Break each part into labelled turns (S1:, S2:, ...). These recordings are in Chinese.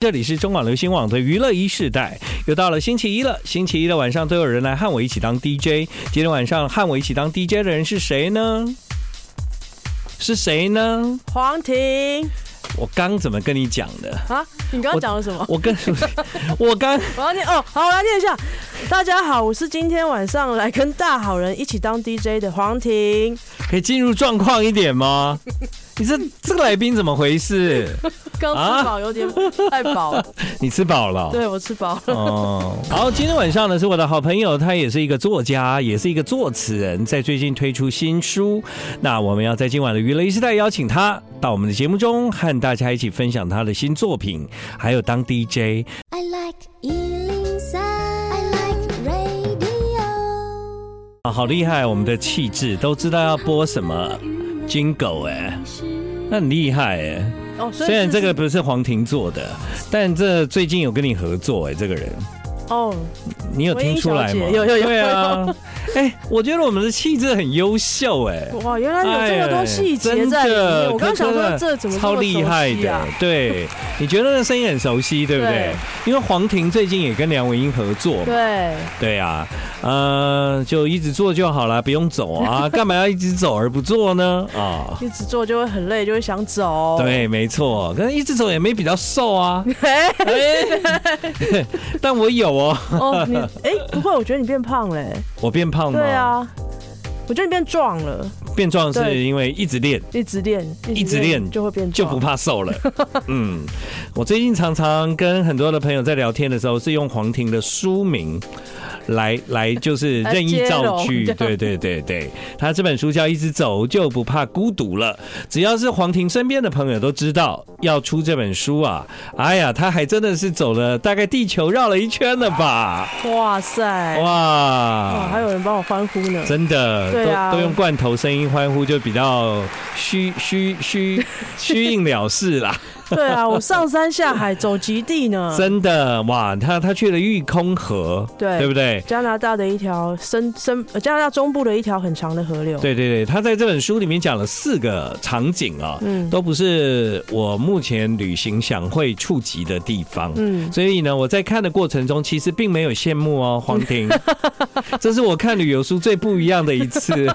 S1: 这里是中广流行网的娱乐一世代，又到了星期一了。星期一的晚上都有人来和我一起当 DJ。今天晚上和我一起当 DJ 的人是谁呢？是谁呢？
S2: 黄婷
S1: 我刚怎么跟你讲的？
S2: 啊，你刚刚讲了什么？
S1: 我跟， 我刚
S2: 我要念哦，好，我来念一下。大家好，我是今天晚上来跟大好人一起当 DJ 的黄婷。
S1: 可以进入状况一点吗？你这这个来宾怎么回事？
S2: 刚吃饱有点太饱了，
S1: 你吃饱了？
S2: 对我吃饱了。
S1: 哦， 好，今天晚上呢是我的好朋友，他也是一个作家，也是一个作词人，在最近推出新书。那我们要在今晚的娱乐一时代邀请他到我们的节目中，和大家一起分享他的新作品，还有当 DJ。
S3: I like Ealing Sound. I like radio.
S1: 啊，好厉害！我们的气质都知道要播什么金狗哎，那很厉害哎。
S2: 哦，所以
S1: 虽然
S2: 是
S1: 这个不是黄婷做的，但这最近有跟你合作哎，这个人。
S2: 哦，
S1: 你有听出来
S2: 回音
S1: 吗？
S2: 小姐有有有
S1: 对啊， 哎、我觉得我们的气质很优秀哎、
S2: 哇，原来有这么多细节
S1: 哎真
S2: 在里面。
S1: 的
S2: 我刚想
S1: 可
S2: 说
S1: 可
S2: 这怎么这么
S1: 超厉害
S2: 熟悉
S1: 的
S2: 啊？，
S1: 对， 你觉得那声音很熟悉，对不对？
S2: 对
S1: 因为黄婷最近也跟梁文音合作嘛，
S2: 对，
S1: 对啊，呃，就一直做就好了，不用走 啊，干嘛要一直走而不做呢？啊、
S2: 一直做就会很累，就会想走。，
S1: 对，没错，可是一直走也没比较瘦啊，哎，但我有哦，
S2: 哦，你哎、不会，我觉得你变胖嘞、
S1: 我变胖了，
S2: 对，啊，我觉得你变壮了，
S1: 变壮是
S2: 对
S1: 因为一直练。
S2: 一直练，
S1: 一直练
S2: 就会变 壮，
S1: 就不怕瘦 了。嗯，我最近常常跟很多的朋友在聊天的时候，是用黄婷的书名来来就是任意造句。
S2: 来接龙
S1: 对对对对，他这本书叫《一直走就不怕孤独了》，只要是黄婷身边的朋友都知道要出这本书啊。哎呀，他还真的是走了大概地球绕了一圈了吧？
S2: 哇塞，哎哇，还
S1: 哇！
S2: 有人帮我欢呼呢。
S1: 真的，
S2: 对啊
S1: 都都用罐头声音欢呼，就比较虚虚 虚虚应了事啦。
S2: 对啊，我上山下海走极地呢，
S1: 真的哇，他他去了玉空河，
S2: 对
S1: 对不对？
S2: 加拿大的一条深深，呃加拿大中部的一条很长的河流。
S1: 对对对，他在这本书里面讲了四个场景啊、
S2: 嗯
S1: 都不是我目前旅行想会触及的地方。
S2: 嗯，
S1: 所以呢，我在看的过程中，其实并没有羡慕哦，黄 婷，这是我看旅游书最不一样的一 次。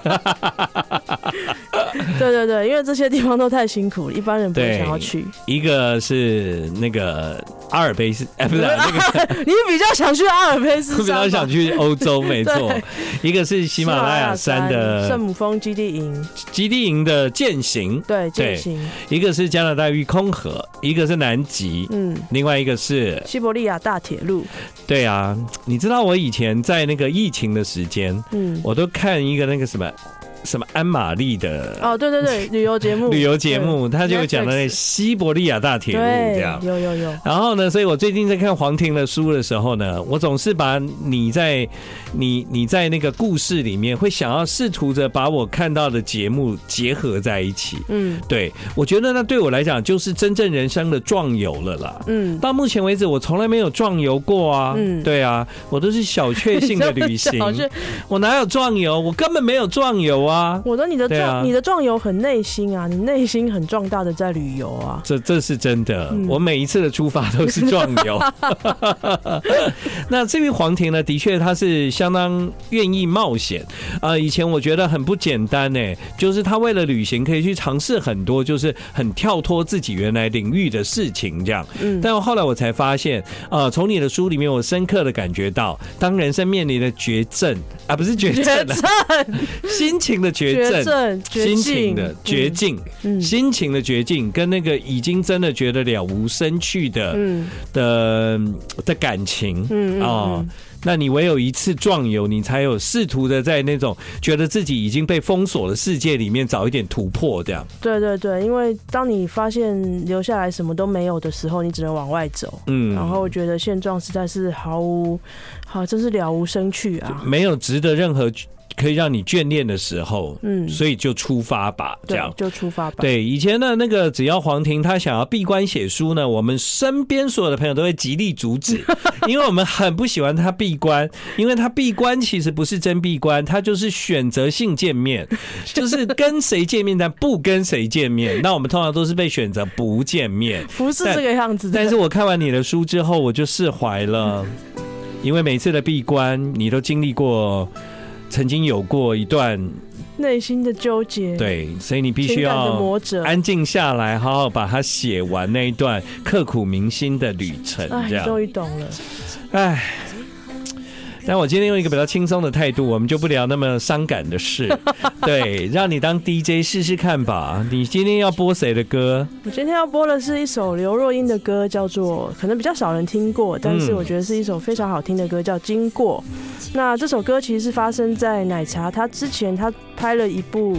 S2: 对对对，因为这些地方都太辛苦了，一般人不会
S1: 对
S2: 想要去。
S1: 一个是那个阿尔卑 斯，哎，不是啊、那个
S2: 你比较想去阿尔卑斯
S1: 我比
S2: 山吧，
S1: 较想去欧洲，没 错
S2: 对。
S1: 一个是喜马拉雅山
S2: 圣
S1: 的
S2: 母峰基地营，
S1: 基地营的践行，
S2: 对，
S1: 对
S2: 践行，
S1: 一个是加拿大遇空河，一个是南极，
S2: 嗯，
S1: 另外一个是，
S2: 西伯利亚大铁路，
S1: 对啊，你知道我以前在那个疫情的时间，
S2: 嗯，
S1: 我都看一个那个什么什么安玛丽的
S2: 哦，对对对，旅游节目，
S1: 旅游节目，
S2: 对
S1: 他就讲到那
S2: Netflix
S1: 西伯利亚大铁路这样
S2: 对，。有有有，
S1: 然后呢，所以我最近在看黄婷的书的时候呢，我总是把你在你你在那个故事里面会想要试图着把我看到的节目结合在一起。
S2: 嗯
S1: 对我觉得那对我来讲就是真正人生的壮游了啦。
S2: 嗯，
S1: 到目前为止，我从来没有壮游过啊。
S2: 嗯
S1: 对啊，我都是小确幸的旅 行。
S2: 好像
S1: 我哪有壮游？我根本没有壮游啊。
S2: 我说你的
S1: 对
S2: 壮、
S1: 啊
S2: 你的壮游很内心啊，你内心很壮大的在旅游啊。
S1: 这这是真的，
S2: 嗯
S1: 我每一次的出发都是壮 游。那至于黄婷呢，的确她是相当愿意冒险啊、以前我觉得很不简单呢，就是她为了旅行可以去尝试很多，就是很跳脱自己原来领域的事情这样。
S2: 嗯，
S1: 但后来我才发现，呃，从你的书里面，我深刻的感觉到，当人生面临的绝症啊，不是 绝症、
S2: 绝
S1: 啊，
S2: 症，
S1: 心情的绝
S2: 绝
S1: 症。
S2: 症，绝
S1: 心情
S2: 境
S1: 的绝，境，
S2: 嗯
S1: 心情的绝境，跟那个已经真的觉得了无生趣的
S2: 嗯
S1: 的的感情，
S2: 嗯嗯
S1: 哦
S2: 嗯，
S1: 那你唯有一次壮游，你才有试图的在那种觉得自己已经被封锁的世界里面找一点突破，这样，
S2: 对对对，因为当你发现留下来什么都没有的时候，你只能往外走。
S1: 嗯，
S2: 然后觉得现状实在是毫无，好，真是了无生趣啊！
S1: 没有值得任何可以让你眷恋的时候，
S2: 嗯
S1: 所以就出发吧，这
S2: 对
S1: 样，。
S2: 就出发吧。，
S1: 对，以前呢，那个只要黄庭他想要闭关写书呢，我们身边所有的朋友都会极力阻 止，因为我们很不喜欢他闭关，因为他闭关其实不是真闭关，他就是选择性见 面，就是跟谁见面，但不跟谁见 面。那我们通常都是被选择不见面。
S2: 不是这个样子的。
S1: 但是我看完你的书之后，我就释怀了，因为每次的闭关，你都经历过，曾经有过一段
S2: 内心的纠结，，
S1: 对，所以你必须
S2: 情感的
S1: 要
S2: 磨折，
S1: 安静下来，好好把它写完那一段刻骨铭心的旅程，这
S2: 哎，
S1: 样
S2: 终。于懂了。
S1: 哎，但我今天用一个比较轻松的态度，我们就不聊那么伤感的 事。对，让你当 DJ 试试看吧。你今天要播谁的歌？
S2: 我今天要播的是一首刘若英的歌，叫做可能比较少人听过，但是我觉得是一首非常好听的歌，叫《经过》。那这首歌其实是发生在奶茶，他之前他拍了一部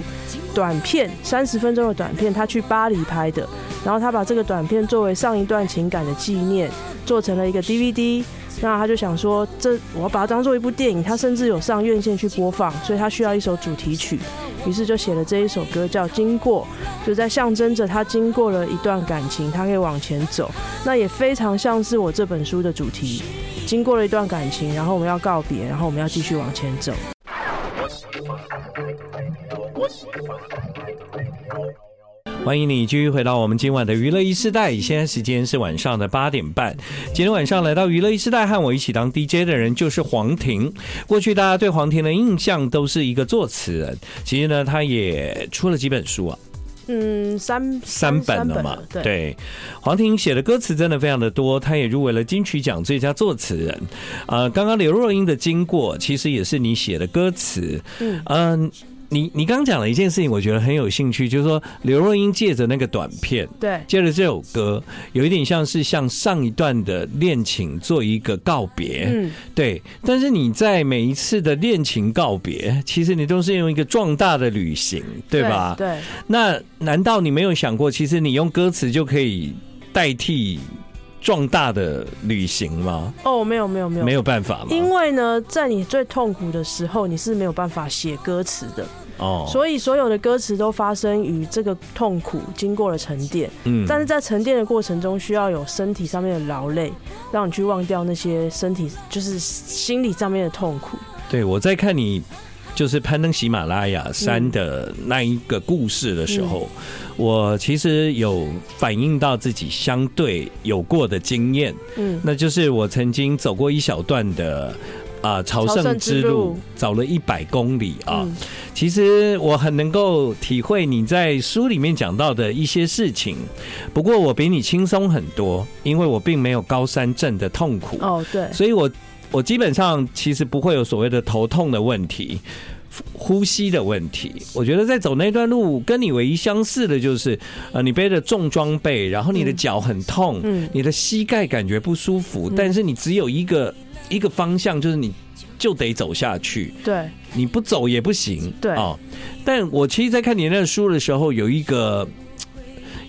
S2: 短片，三十分钟的短片，他去巴黎拍的，然后他把这个短片作为上一段情感的纪念，做成了一个 DVD。那他就想说，这我要把它当做一部电影，他甚至有上院线去播放，所以他需要一首主题曲，于是就写了这一首歌叫《经过》。就在象征着他经过了一段感情，他可以往前走。那也非常像是我这本书的主题，经过了一段感情，然后我们要告别，然后我们要继续往前走。
S1: 欢迎你继续回到我们今晚的娱乐一世代，现在时间是晚上的八点半。今天晚上来到娱乐一世代和我一起当 DJ 的人就是黄婷。过去大家对黄婷的印象都是一个作词人，其实呢，她也出了几本书啊，
S2: 嗯，三
S1: 三本了嘛。
S2: 对，
S1: 对，黄婷写的歌词真的非常的多，她也入围了金曲奖最佳作词人。呃，刚刚刘若英的经过其实也是你写的歌词。
S2: 嗯
S1: 嗯、你你刚讲了一件事情，我觉得很有兴趣，就是说刘若英借着那个短片。
S2: 对
S1: 接着这首歌，有一点像是向上一段的恋情做一个告别，
S2: 嗯，
S1: 对。但是你在每一次的恋情告别，其实你都是用一个壮大的旅行，对吧？
S2: 对，
S1: 那难道你没有想过，其实你用歌词就可以代替壮大的旅行吗？
S2: 哦，没有没有没有
S1: 没有办法
S2: 因
S1: 吗？
S2: 为呢，在你最痛苦的时候，你是没有办法写歌词的，
S1: 哦
S2: 所以所有的歌词都发生于这个痛苦经过了沉淀。
S1: 嗯
S2: 但是在沉淀的过程中，需要有身体上面的劳累，让你去忘掉那些身体，就是心理上面的痛苦。
S1: 对，我在看你就是攀登喜马拉雅山的那一个故事的时候，
S2: 嗯
S1: 我其实有反映到自己相对有过的经验，
S2: 嗯，
S1: 那就是我曾经走过一小段的啊、朝
S2: 朝
S1: 圣
S2: 圣
S1: 之
S2: 之
S1: 路
S2: 路，
S1: 走了一百公里啊。
S2: 嗯
S1: 其实我很能够体会你在书里面讲到的一些事情，不过我比你轻松很多，因为我并没有高山症的痛苦。
S2: 哦，对，
S1: 所以我我基本上其实不会有所谓的头痛的问题。呼吸的问题，我觉得在走那段路跟你唯一相似的就是，呃，你背着重装备，然后你的
S2: 嗯
S1: 脚很痛，
S2: 嗯
S1: 你的膝盖感觉不舒服，
S2: 嗯
S1: 但是你只有一个一个方向，就是你就得走下去，
S2: 对，
S1: 你不走也不行。
S2: 对
S1: 哦，但我其实，在看你那书的时候，有一个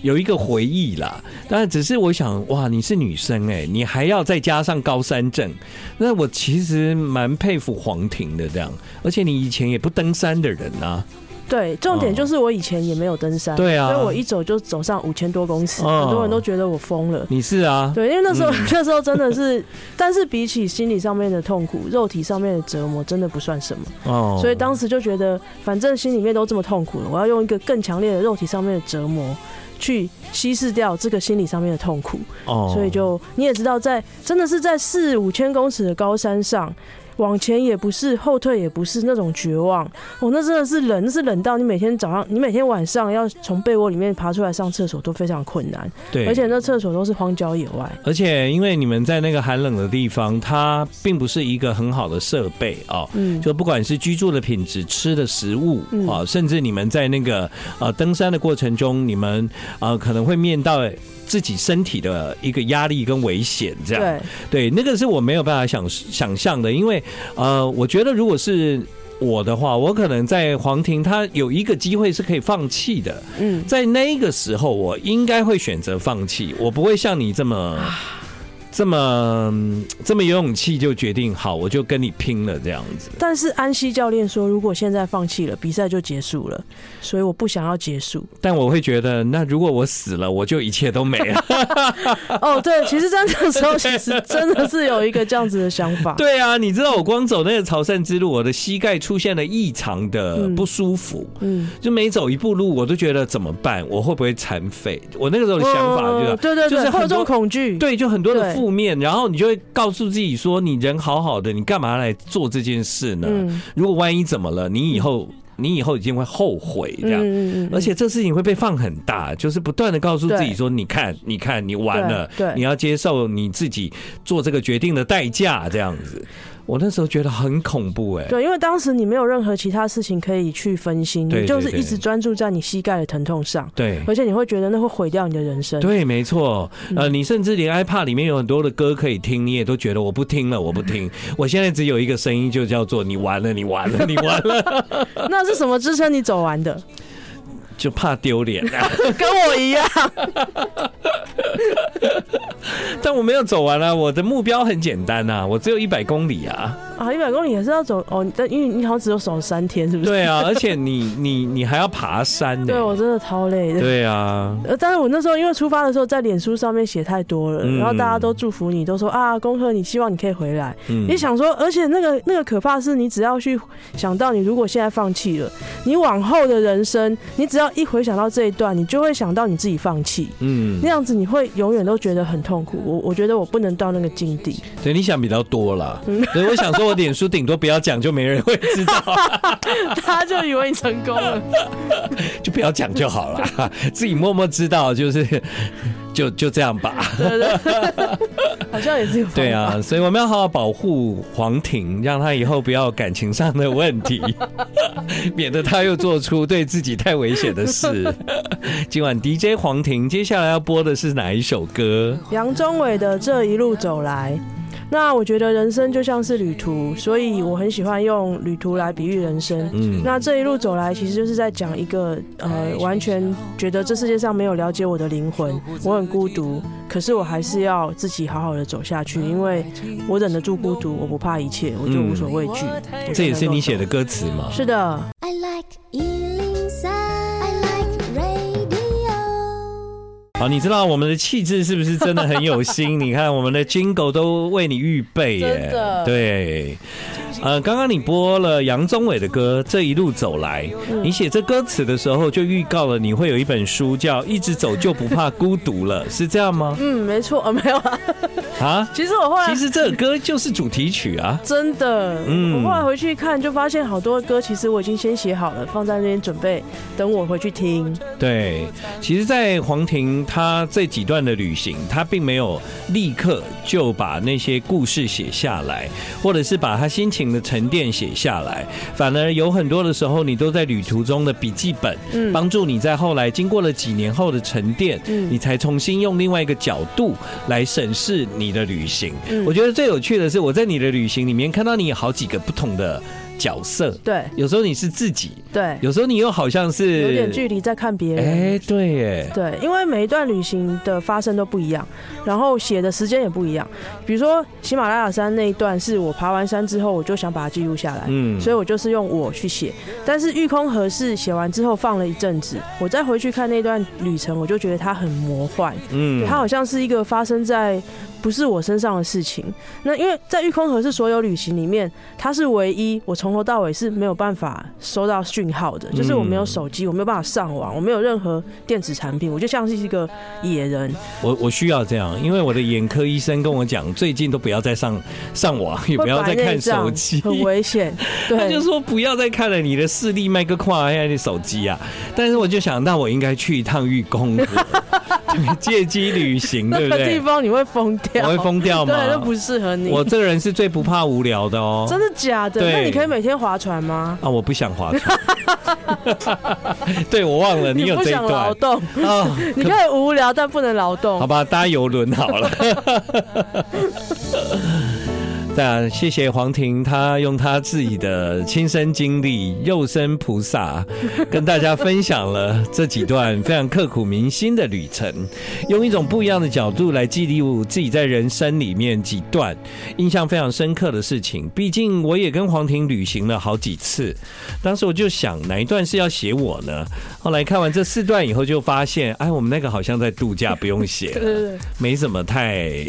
S1: 有一个回忆啦。当然，只是我想，哇，你是女生哎、你还要再加上高山症，那我其实蛮佩服黄婷的这样。而且你以前也不登山的人啊，
S2: 对，重点就是我以前也没有登山，
S1: 哦对啊
S2: 所以我一走就走上五千多公尺，
S1: 哦
S2: 很多人都觉得我疯了。
S1: 你是啊，
S2: 对，因为那时候、 那时候真的是，但是比起心理上面的痛苦，肉体上面的折磨真的不算什么，
S1: 哦
S2: 所以当时就觉得，反正心里面都这么痛苦了，我要用一个更强烈的肉体上面的折磨，去稀释掉这个心理上面的痛苦。
S1: 哦
S2: 所以就你也知道在，真的是在四五千公尺的高山上，往前也不是，后退也不是那种绝望。哦，那真的是冷，那是冷到你每天早上、你每天晚上要从被窝里面爬出来上厕所都非常困难，
S1: 对，
S2: 而且那厕所都是荒郊野外。
S1: 而且因为你们在那个寒冷的地方，它并不是一个很好的设备哦。
S2: 嗯，
S1: 就不管是居住的品质、吃的食物
S2: 嗯
S1: 啊，甚至你们在那个呃登山的过程中，你们呃可能会面到自己身体的一个压力跟危险，这样
S2: 对，
S1: 对，啊那个是我没有办法想想象的，因为呃，我觉得如果是我的话，我可能在黄庭，他有一个机会是可以放弃的，
S2: 嗯，
S1: 在那个时候，我应该会选择放弃，我不会像你这么这么嗯这么有勇气就决定好，我就跟你拼了这样子。
S2: 但是安西教练说，如果现在放弃了，比赛就结束了，所以我不想要结 束。
S1: 但我会觉得，那如果我死了，我就一切都没了。
S2: 哦，对，其实在那个时候，其实真的是有一个这样子的想法。
S1: 对啊，你知道我光走那个朝圣之路，我的膝盖出现了异常的
S2: 嗯
S1: 不舒服，
S2: 嗯，
S1: 就每走一步路，我都觉得怎么办？我会不会残废？我那个时候的想法就是，
S2: 嗯对对
S1: 就
S2: 对，
S1: 是
S2: 会有
S1: 很
S2: 这
S1: 多。
S2: 种恐惧。
S1: 对，就很多的
S2: 对
S1: 负面，然后你就会告诉自己说，你人好好的，你干嘛来做这件事呢？
S2: 嗯，
S1: 如果万一怎么了，你以后你以后一定会后悔这样。
S2: 嗯嗯嗯
S1: 而且这事情会被放很大，就是不断的告诉自己
S2: 对
S1: 说：“你看，你看，你完了，
S2: 对对
S1: 你要接受你自己做这个决定的代价。”这样子，我那时候觉得很恐怖哎、
S2: 对，因为当时你没有任何其他事情可以去分心，
S1: 对
S2: 你就是
S1: 对对
S2: 一直专注在你膝盖的疼痛上，
S1: 对
S2: 而且你会觉得那会毁掉你的人生。
S1: 对，没错。
S2: 嗯
S1: 呃，你甚至连 iPad 里面有很多的歌可以听，你也都觉得我不听了，我不 听。我现在只有一个声音，就叫做“你完了，你完了，你完了
S2: 那是什么支撑你走完 的？”，
S1: 就怕丢脸 啊。
S2: 跟我一样，
S1: 但我没有走完啊，我的目标很简单啊，我只有一百公里啊。
S2: 啊，一百公里也是要走哦，你但因为你好像只有走三天，是不是？
S1: 对 啊，而且你你你还要爬山呢、
S2: 对我真的超累的。
S1: 对啊，
S2: 呃，但是我那时候因为出发的时候在脸书上面写太多了，
S1: 嗯
S2: 然后大家都祝福你，都说啊，恭贺你，希望你可以回来。
S1: 嗯
S2: 你想说，而且那个那个可怕是你只要去想到你如果现在放弃了，你往后的人生，你只要一回想到这一段，你就会想到你自己放弃，
S1: 嗯
S2: 那，样子你会永远都觉得很痛苦。我我觉得我不能到那个境地。
S1: 对，你想比较多了。
S2: 嗯
S1: 对，我想说，我脸书顶多不要讲，就没人会知 道，
S2: 他就以为你成功 了。
S1: 就不要讲就好了，自己默默知道，就是就就这样吧。
S2: 对对对，好像也是有。
S1: 对，啊，所以我们要好好保护黄婷，让她以后不要有感情上的问题， 免得她又做出对自己太危险的事。今晚 DJ 黄婷，接下来要播的是哪一首歌？
S2: 杨宗纬的这一路走来。那我觉得人生就像是旅途，所以我很喜欢用旅途来比喻人生。
S1: 嗯，
S2: 那这一路走来，其实就是在讲一个呃，完全觉得这世界上没有了解我的灵魂，我很孤独，可是我还是要自己好好的走下去，因为我忍得住孤独，我不怕一切，我就无所畏惧。我就
S1: 嗯这也是
S2: 能够
S1: 你写
S2: 走
S1: 的？歌词吗？
S2: 是的，
S3: I like Ealing Sound. I like radio.
S1: 好，你知道我们的气质是不是真的很有心？你看我们的 Jingle 都为你预备耶
S2: 真，的
S1: 对。呃，刚刚你播了杨宗纬的歌《这一路走来》，
S2: 嗯
S1: 你写这歌词的时候就预告了你会有一本书叫《一直走就不怕孤独了》，是这样吗？
S2: 嗯，没错，呃，没 有啊。
S1: 啊，
S2: 其实我后来
S1: 其实这首歌就是主题曲啊。
S2: 真的，
S1: 嗯
S2: 我后来回去看，就发现好多歌其实我已经先写好了，放在那边准备，等我回去听。
S1: 对，其实，在黄庭他这几段的旅行，他并没有立刻就把那些故事写下来，或者是把他心情的沉淀写下来，反而有很多的时候，你都在旅途中的笔记本，
S2: 嗯
S1: 帮助你在后来经过了几年后的沉淀，
S2: 嗯
S1: 你才重新用另外一个角度来审视你的旅行。
S2: 嗯
S1: 我觉得最有趣的是，我在你的旅行里面看到你有好几个不同的角色，
S2: 对
S1: 有时候你是自己，
S2: 对，
S1: 有时候你又好像是
S2: 有点距离在看别人。
S1: 哎，对耶，
S2: 对，因为每一段旅行的发生都不一样，然后写的时间也不一样。比如说喜马拉雅山那一段，是我爬完山之后，我就想把它记录下来，
S1: 嗯
S2: 所以我就是用我去写。但是御空河是写完之后放了一阵子，我再回去看那段旅程，我就觉得它很魔幻，
S1: 嗯
S2: 它好像是一个发生在不是我身上的事情。那因为在御空河是所有旅行里面，它是唯一我从头到尾是没有办法收到讯号
S1: 嗯
S2: 的，就是我没有手机，我没有办法上网，我没有任何电子产品，我就像是一个野人。
S1: 我我需要这样，因为我的眼科医生跟我讲，最近都不要再上上网，也不要再看手机。
S2: 很危险。
S1: 他就
S2: 对，
S1: 说不要再看了，你的视力麦克跨还有你手机啊！但是我就想，那我应该去一趟玉宫河，对 借机旅行，
S2: 那
S1: 对不
S2: 个地
S1: 对？
S2: 方你会疯掉，
S1: 我会疯掉吗？
S2: 对，那不适合你。
S1: 我这个人是最不怕无聊的哦。
S2: 真的假的？
S1: 对
S2: 那你可以每天划船吗？
S1: 啊，我不想划船。 对，我忘了你有
S2: 不
S1: 这一
S2: 想
S1: 段
S2: 劳动，
S1: 啊。
S2: 你可以无聊但不能劳动
S1: 好。吧，搭游轮好了。那谢谢黄婷，她用她自己的亲身经历，肉身菩萨，跟大家分享了这几段非常刻骨铭心的旅程，用一种不一样的角度来记录自己在人生里面几段印象非常深刻的事情。毕竟我也跟黄婷旅行了好几次，当时我就想哪一段是要写我呢？后来看完这四段以后，就发现，哎，我们那个好像在度假，不用写
S2: 对对
S1: 了，
S2: 对，
S1: 没什么太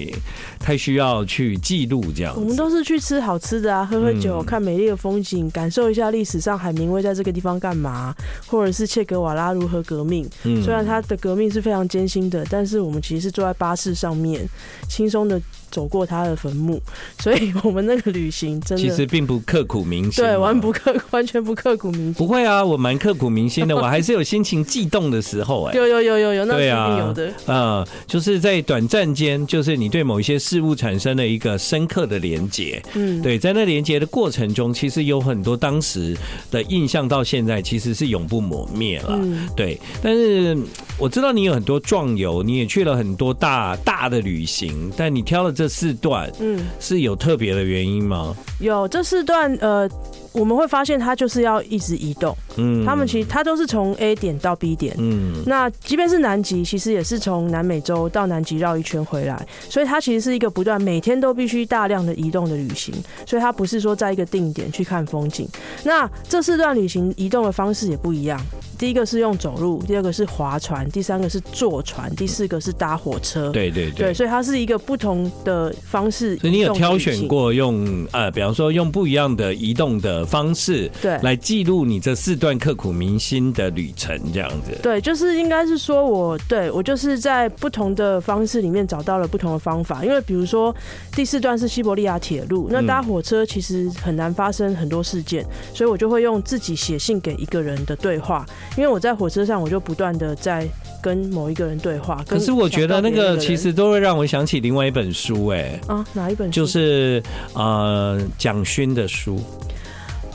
S1: 太需要去记录这样
S2: 我们
S1: 子。
S2: 都是去吃好吃的啊，喝喝酒，
S1: 嗯
S2: 看美丽的风景，感受一下历史上海明威在这个地方干嘛，或者是切格瓦拉如何革命。
S1: 嗯
S2: 虽然他的革命是非常艰辛的，但是我们其实是坐在巴士上面，轻松的走过他的坟墓， 所以我们那个旅行真
S1: 其
S2: 的
S1: 实并不啊刻骨铭心啊，
S2: 对完不刻 完全不刻骨铭心。
S1: 不会啊，我蛮刻骨铭心的，我还是有心情悸动的时候哎、
S2: 有有有有有，那是
S1: 对
S2: 一
S1: 啊
S2: 定有的。
S1: 呃，就是在短暂间，就是你对某一些事物产生了一个深刻的连结。
S2: 嗯，
S1: 对，在那连接的过程中，其实有很多当时的印象，到现在其实是永不磨灭了。
S2: 嗯
S1: 对，但是嗯我知道你有很多壮游，你也去了很多大大的旅行，但你挑了这四段
S2: 嗯，
S1: 是有特别的原因吗？
S2: 有这四段呃，我们会发现它就是要一直移动，
S1: 嗯
S2: 他们其实它都是从 A 点到 B 点。
S1: 嗯
S2: 那即便是南极，其实也是从南美洲到南极绕一圈回来，所以它其实是一个不断每天都必须大量的移动的旅行，所以它不是说在一个定点去看风景。那这四段旅行移动的方式也不一样，第一个是用走路，第二个是划船，第三个是坐船，第四个是搭火车。
S1: 对对
S2: 对，
S1: 对。
S2: 所以它是一个不同的方式。
S1: 所以你有挑选？过用呃，比方说用不一样的移动的方式，
S2: 对
S1: 来记录你这四段刻骨铭心的旅程，这样子。
S2: 对，就是应该是说我对我就是在不同的方式里面找到了不同的方法，因为比如说第四段是西伯利亚铁路，那
S1: 嗯
S2: 搭火车其实很难发生很多事件，所以我就会用自己写信给一个人的对话，因为我在火车上我就不断的在跟某一个人对话。
S1: 可
S2: 跟
S1: 是我觉得那
S2: 想到别
S1: 个
S2: 人的
S1: 其
S2: 人
S1: 实都会让我想起另外一本书、哎，
S2: 啊哪一本书
S1: 就是呃蒋勋的书，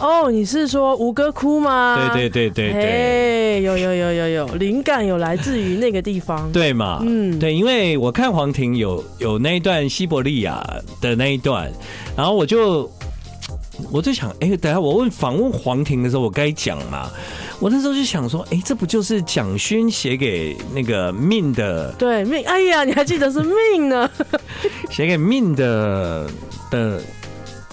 S2: 哦，你是说吴哥窟吗？
S1: 对对对对对。
S2: 哎，有有有有有，灵感有来自于那个地方。
S1: 对嘛？
S2: 嗯
S1: 对，因为我看黄庭有有那一段西伯利亚的那一段，然后我就我就想，哎、等一下我问访问黄庭的时候，我该讲嘛？我那时候就想说，哎、这不就是蒋勋写给那个命的，
S2: 对命，哎呀，你还记得是命呢？
S1: 写给命的的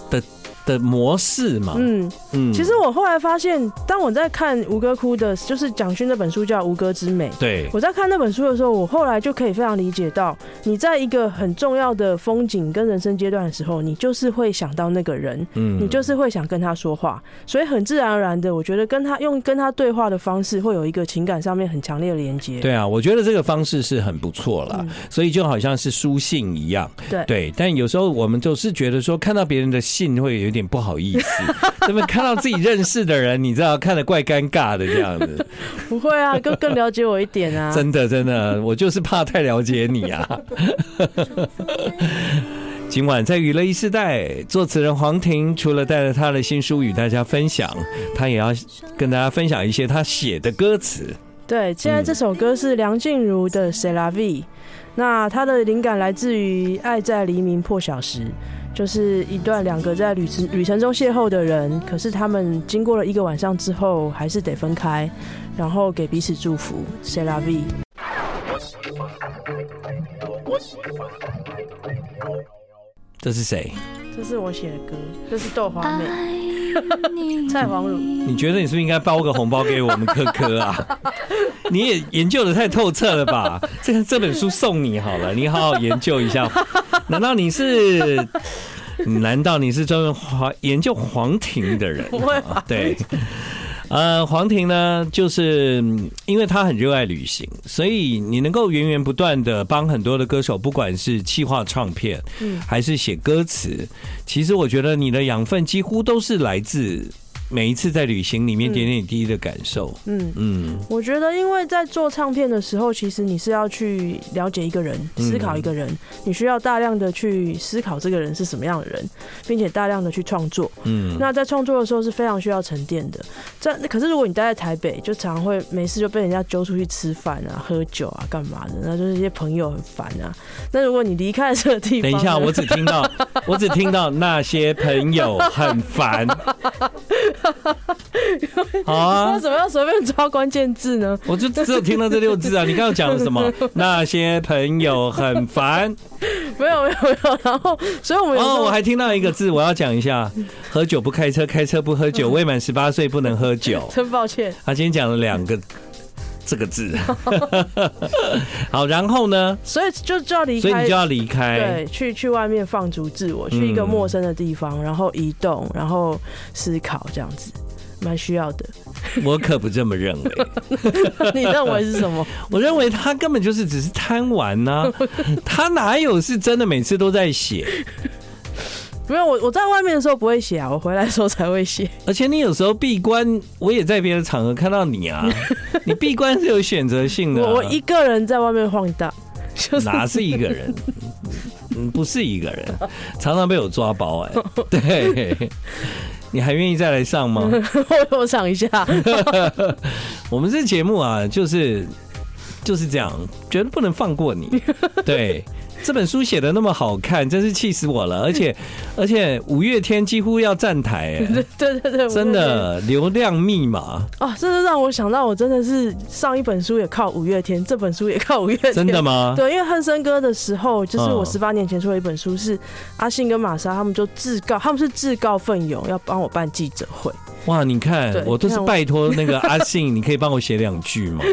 S1: 的的模式嘛？
S2: 嗯，
S1: 嗯，
S2: 其实我后来发现，当我在看吴哥窟的，就是蒋勋那本书叫《吴哥之美》。
S1: 对，
S2: 我在看那本书的时候，我后来就可以非常理解到，你在一个很重要的风景跟人生阶段的时候，你就是会想到那个人，
S1: 嗯
S2: 你就是会想跟他说话，所以很自然而然的，我觉得跟他用跟他对话的方式，会有一个情感上面很强烈的连接。
S1: 对啊，我觉得这个方式是很不错啦，
S2: 嗯
S1: 所以就好像是书信一样，
S2: 对
S1: 对。但有时候我们就是觉得说，看到别人的信会有点不好意 思，那么看到自己认识的人，你知道看得怪尴尬的这样子，
S2: 不会啊，更更了解我一 点啊。
S1: 真的真的，我就是怕太了解你啊。 今晚在娱乐一世代，作词人黄婷除了带着她的新书与大家分享，她也要跟大家分享一些她写的歌词。
S2: 对，现在这首歌是梁静茹的《C'est la vie》，那它的灵感来自于《爱在黎明破晓时》，就是一段两个在旅程旅程中邂逅的人，可是他们经过了一个晚上之后，还是得分开，然后给彼此祝福，《C'est la vie》。
S1: 这是谁？
S2: 这是我写的歌，这是豆花妹。
S3: 爱你
S2: 蔡黄汝
S1: 你觉得你是不是应该包个红包给我们科科啊？你也研究的太透彻了吧？这个这本书送你好了，你好好研究一下。难道你是？难道你是专门黄研究黄庭的人？啊
S2: 不会吧
S1: 对。呃，黄庭呢，就是嗯因为他很热爱旅行，所以你能够源源不断的帮很多的歌手，不管是企划唱片，还是写歌词，其实我觉得你的养分几乎都是来自每一次在旅行里面点点滴滴的感受。
S2: 嗯，
S1: 嗯
S2: 我觉得，因为在做唱片的时候，其实你是要去了解一个人，
S1: 嗯
S2: 思考一个人，你需要大量的去思考这个人是什么样的人，并且大量的去创作。
S1: 嗯，
S2: 那在创作的时候是非常需要沉淀的。在可是如果你待在台北，就常常会没事就被人家揪出去吃饭啊、喝酒啊、干嘛的，那就是一些朋友很烦啊。那如果你离开了这个地
S1: 等
S2: 方呢，
S1: 一下， 我只听到我只听到那些朋友很 烦。好啊
S2: 为，什么要随便抓关键字呢？
S1: 我就只有听到这六字啊！你刚刚讲了什 么？那些朋友很烦
S2: 没有没有没有，然后所 以我们有时
S1: 哦，
S2: 候
S1: 我还听到一个字，我要讲一 下：喝酒不开车，开车不喝
S2: 嗯
S1: 酒，未满十八岁不能喝 酒。
S2: 真抱歉，
S1: 他今天讲了两个这个 字，好，然后呢？
S2: 所以就就要离
S1: 所以你
S2: 开
S1: 就。要离开
S2: 对，，去去外面放逐自我，去一个
S1: 嗯
S2: 陌生的地方，然后移动，然后思考，这样子，蛮需要的。
S1: 我可不这么认为。
S2: 你认为是什么？
S1: 我认为他根本就是只是贪玩 呐、他哪有是真的每次都在写？
S2: 没有，我我在外面的时候不会写啊，我回来的时候才 会写。
S1: 而且你有时候闭关，我也在别的场合看到你 啊，你闭关是有选择性的啊、
S2: 我我一个人在外面晃荡， 就是
S1: 哪是一个人？嗯，不是一个人，常常被我抓包哎、 对，你还愿意再来上吗？
S2: 我我想 一下，
S1: 我们这节目啊，就是就是这样，绝对不能放过 你。对，这本书写的那么好看，真是气死我了！而 且而且五月天几乎要站台、哎，
S2: 对对对，我
S1: 真的流量密 码，
S2: 哦，这就让我想到，我真的是上一本书也靠五月天，这本书也靠五月天，
S1: 真的吗？
S2: 对，因为汉森哥的时候，就是我
S1: 嗯
S2: 十八年前出了一本书，是阿信跟玛莎他们就自告，他们是自告奋勇要帮我办记者会。
S1: 哇，你看
S2: 对
S1: 我都
S2: 你
S1: 是
S2: 看我
S1: 拜托那个阿信， 你可以帮我写两句 吗？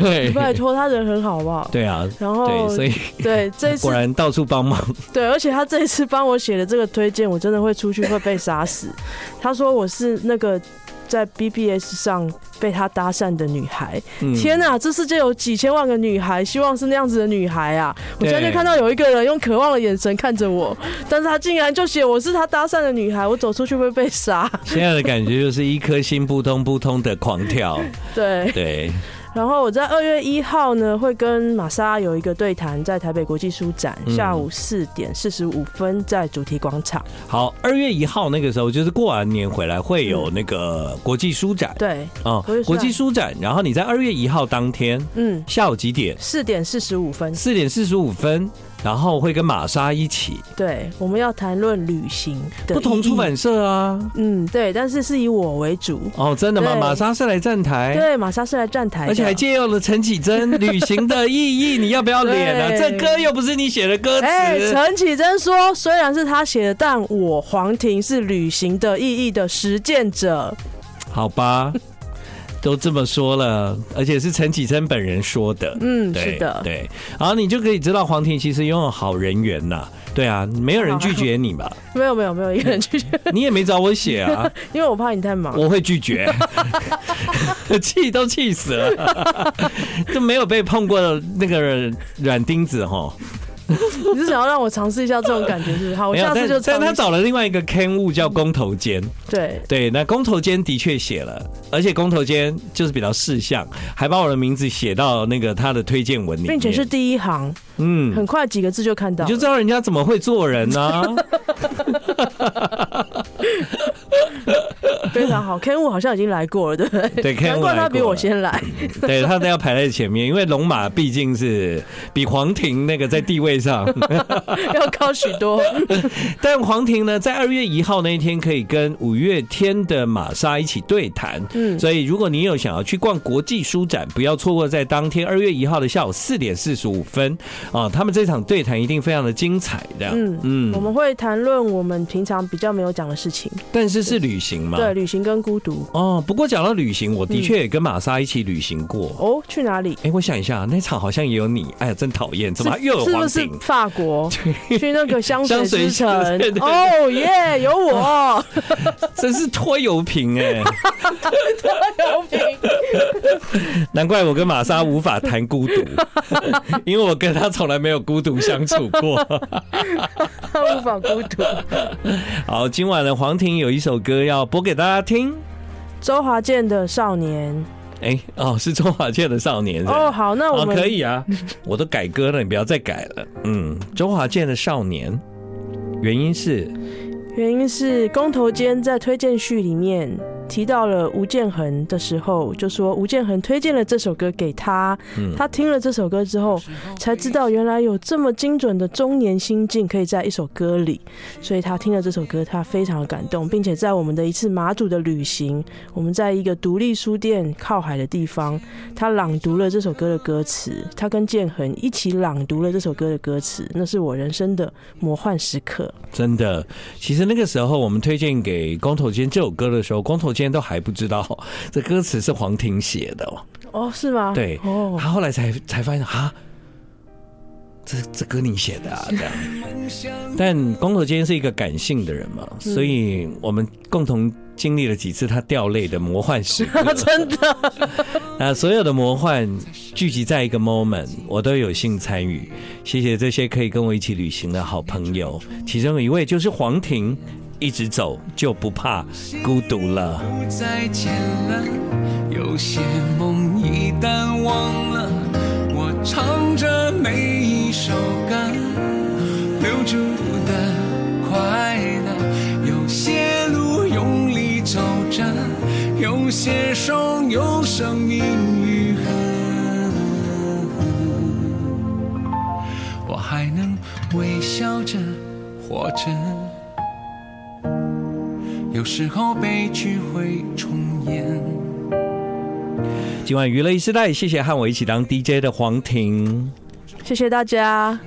S1: 对，
S2: 拜托，哦他人很好，好不好？
S1: 对啊，
S2: 然后
S1: 对，所以
S2: 对这一次
S1: 果然到处帮忙。
S2: 对，而且他这一次帮我写的这个推荐，我真的会出去会被杀死。 他说我是那个在 BBS 上被他搭讪的女孩。
S1: 嗯
S2: 天哪、这世界有几千万个女孩，希望是那样子的女孩啊！我
S1: 对
S2: 现在就看到有一个人用渴望的眼神看着我，但是他竟然就写我是他搭讪的女孩，我走出去会被杀。
S1: 现在的感觉就是一颗心扑通扑通的狂 跳，
S2: 对，
S1: 对，
S2: 然后我在二月一号呢会跟玛莎有一个对谈，在台北国际书展，
S1: 嗯
S2: 下午四点四十五分在主题广场。
S1: 好，二月一号那个时候，就是过完年回来会有那个国际书展
S2: 对，
S1: 啊
S2: 国际书展
S1: 国际书展。然后你在二月一号当天
S2: 嗯，
S1: 下午几点？
S2: 四点四十五分。
S1: 四点四十五分，然后会跟玛莎一起，
S2: 对，我们要谈论旅行的
S1: 不同
S2: 意义
S1: 出。版社啊。
S2: 嗯，对，但是是以我为主。
S1: 哦，真的吗？
S2: 对
S1: 玛莎是来站台，
S2: 对，玛莎是来站台的，
S1: 哎而且还借用了陈绮贞《旅行的意义》，你要不要脸啊？
S2: 对
S1: 这歌又不是你写的歌
S2: 哎，
S1: 词。
S2: 陈绮贞说，虽然是她写的，但我黄婷是旅行的意义的实践者。
S1: 好吧，都这么说了，而且是陈绮贞本人说的。
S2: 嗯，
S1: 对
S2: 是的，
S1: 对，然后你就可以知道黄婷其实拥有好人缘呐、对啊，没有人拒绝你 吧？
S2: 没有没有没有一个人拒绝，
S1: 你也没找我写啊，
S2: 因为我怕你太忙。
S1: 我会拒绝， 气都气死了， 就没有被碰过的那个软钉子哈，
S2: 你是想要让我尝试一下这种感觉，是不是？好，我
S1: 没有
S2: 下，次
S1: 但
S2: 就
S1: 但
S2: 尝
S1: 他
S2: 试。
S1: 找了另外一个刊物叫公头尖，
S2: 对，
S1: 对，那公头尖的确写了，而且公头尖就是比较事项，还把我的名字写到那个他的推荐文里面，
S2: 并且是第一行，
S1: 嗯
S2: 很快几个字就看到
S1: 你就
S2: 了。
S1: 知道人家怎么会做人啊呢、
S2: 非常好，Ken Wu 好像已经来过了，对不对？
S1: 对，Ken Wu
S2: 难怪
S1: 来
S2: 他比
S1: 过
S2: 我
S1: 了
S2: 先 来。
S1: 对他都要排在前面，因为龙马毕竟是比黄庭那个在地位上，
S2: 要高许多。
S1: 但黄庭呢，在二月一号那一天可以跟五月天的玛莎一起对谈。
S2: 嗯，
S1: 所以，如果你有想要去逛国际书展，不要错过在当天二月一号的下午四点四十五分啊，他们这场对谈一定非常的精彩的。
S2: 嗯我们会谈论我们平常比较没有讲的事情，
S1: 但是是旅行嘛？
S2: 对，。旅行跟孤独。
S1: 哦，不过讲到旅行，我的确也跟玛莎一起旅行过。
S2: 哦，去哪里？
S1: 哎、我想一下，那场好像也有你，哎呀，真讨厌，怎么
S2: 是
S1: 又有
S2: 是
S1: 黄
S2: 不是
S1: 庭？
S2: 法 国？去那个香水之
S1: 香水
S2: 城
S1: 之城对对对？
S2: 哦耶，有我，
S1: 真是拖油瓶哎、
S2: 有你。
S1: 难怪我跟玛莎无法谈孤独， 因为我跟她从来没有孤独相处 过。
S2: 他无法孤独。
S1: 好，今晚的黄婷有一首歌要播给大家听，听。
S2: 周华健的《少年
S1: 哎，哦，是周华健的《少年》是》吧
S2: 哦，好，那我
S1: 哦，
S2: 们、
S1: 可以 啊，我都改歌了，你不要再改了。嗯，周华健的《少年》，原因是
S2: 原因是公投间在推荐序里面提到了吴建衡的时候，就说吴建衡推荐了这首歌给他，
S1: 嗯
S2: 他听了这首歌之后，才知道原来有这么精准的中年心境可以在一首歌里，所以他听了这首歌，他非常的感动，并且在我们的一次马祖的旅行，我们在一个独立书店靠海的地方，他朗读了这首歌的歌词，他跟建衡一起朗读了这首歌的歌词，那是我人生的魔幻时刻。
S1: 真的。其实那个时候我们推荐给光头坚这首歌的时候，光头坚都还不知道这歌词是黄婷写的哦，
S2: 哦，是吗？
S1: 对
S2: 哦，
S1: 他后来才才发现啊，这这歌你写的 啊，这样。但光头坚是一个感性的人嘛，
S2: 嗯
S1: 所以我们共同经历了几次他掉泪的魔幻时刻。
S2: 真的
S1: 那所有的魔幻聚集在一个 moment，我都有幸参与。谢谢这些可以跟我一起旅行的好朋友，其中有一位就是黄婷，一直走就不怕孤独了。
S4: 不再见了，有些梦一旦忘了，我唱着每一首歌，留住的快乐，有些路用力走着，有些伤用生命愈合，我还能微笑着活着。有时候悲剧会重演。
S1: 今晚娱乐一时代，谢谢和我一起当 DJ 的黄婷。
S2: 谢谢大家，